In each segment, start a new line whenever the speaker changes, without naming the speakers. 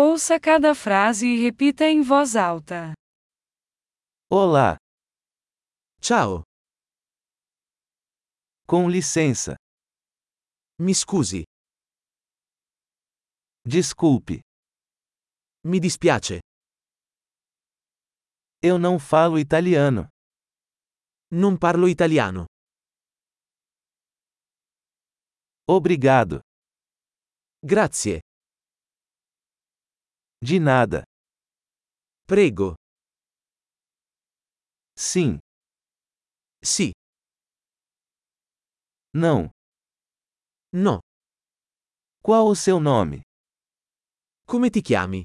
Ouça cada frase e repita em voz alta.
Olá. Ciao. Com licença.
Mi scusi,
Desculpe.
mi dispiace,
Eu não falo italiano.
non parlo italiano.
Obrigado.
Grazie,
De nada.
prego.
Sim.
Sì,
Não.
no.
Qual o seu nome?
Come ti chiami?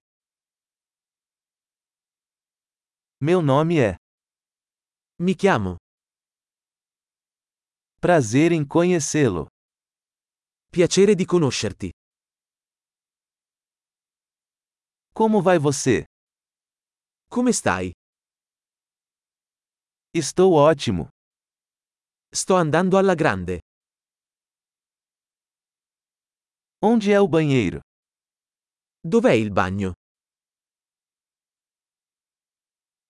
Meu nome é.
Mi chiamo.
Prazer em conhecê-lo.
Piacere di conoscerti.
Como vai você?
Come stai?
Estou ótimo.
Sto andando alla grande.
Onde é o banheiro?
Dov'è il bagno?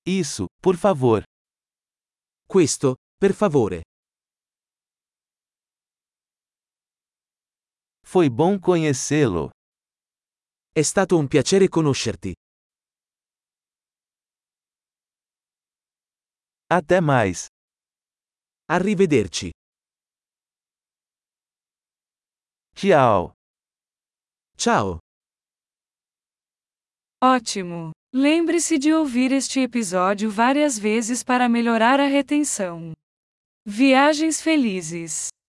Isso, por favor.
Questo, per favore.
Foi bom conhecê-lo.
È stato un piacere conoscerti.
Até mais.
Arrivederci.
Tchau.
Ciao.
Ótimo! Lembre-se de ouvir este episódio várias vezes para melhorar a retenção. Viagens felizes!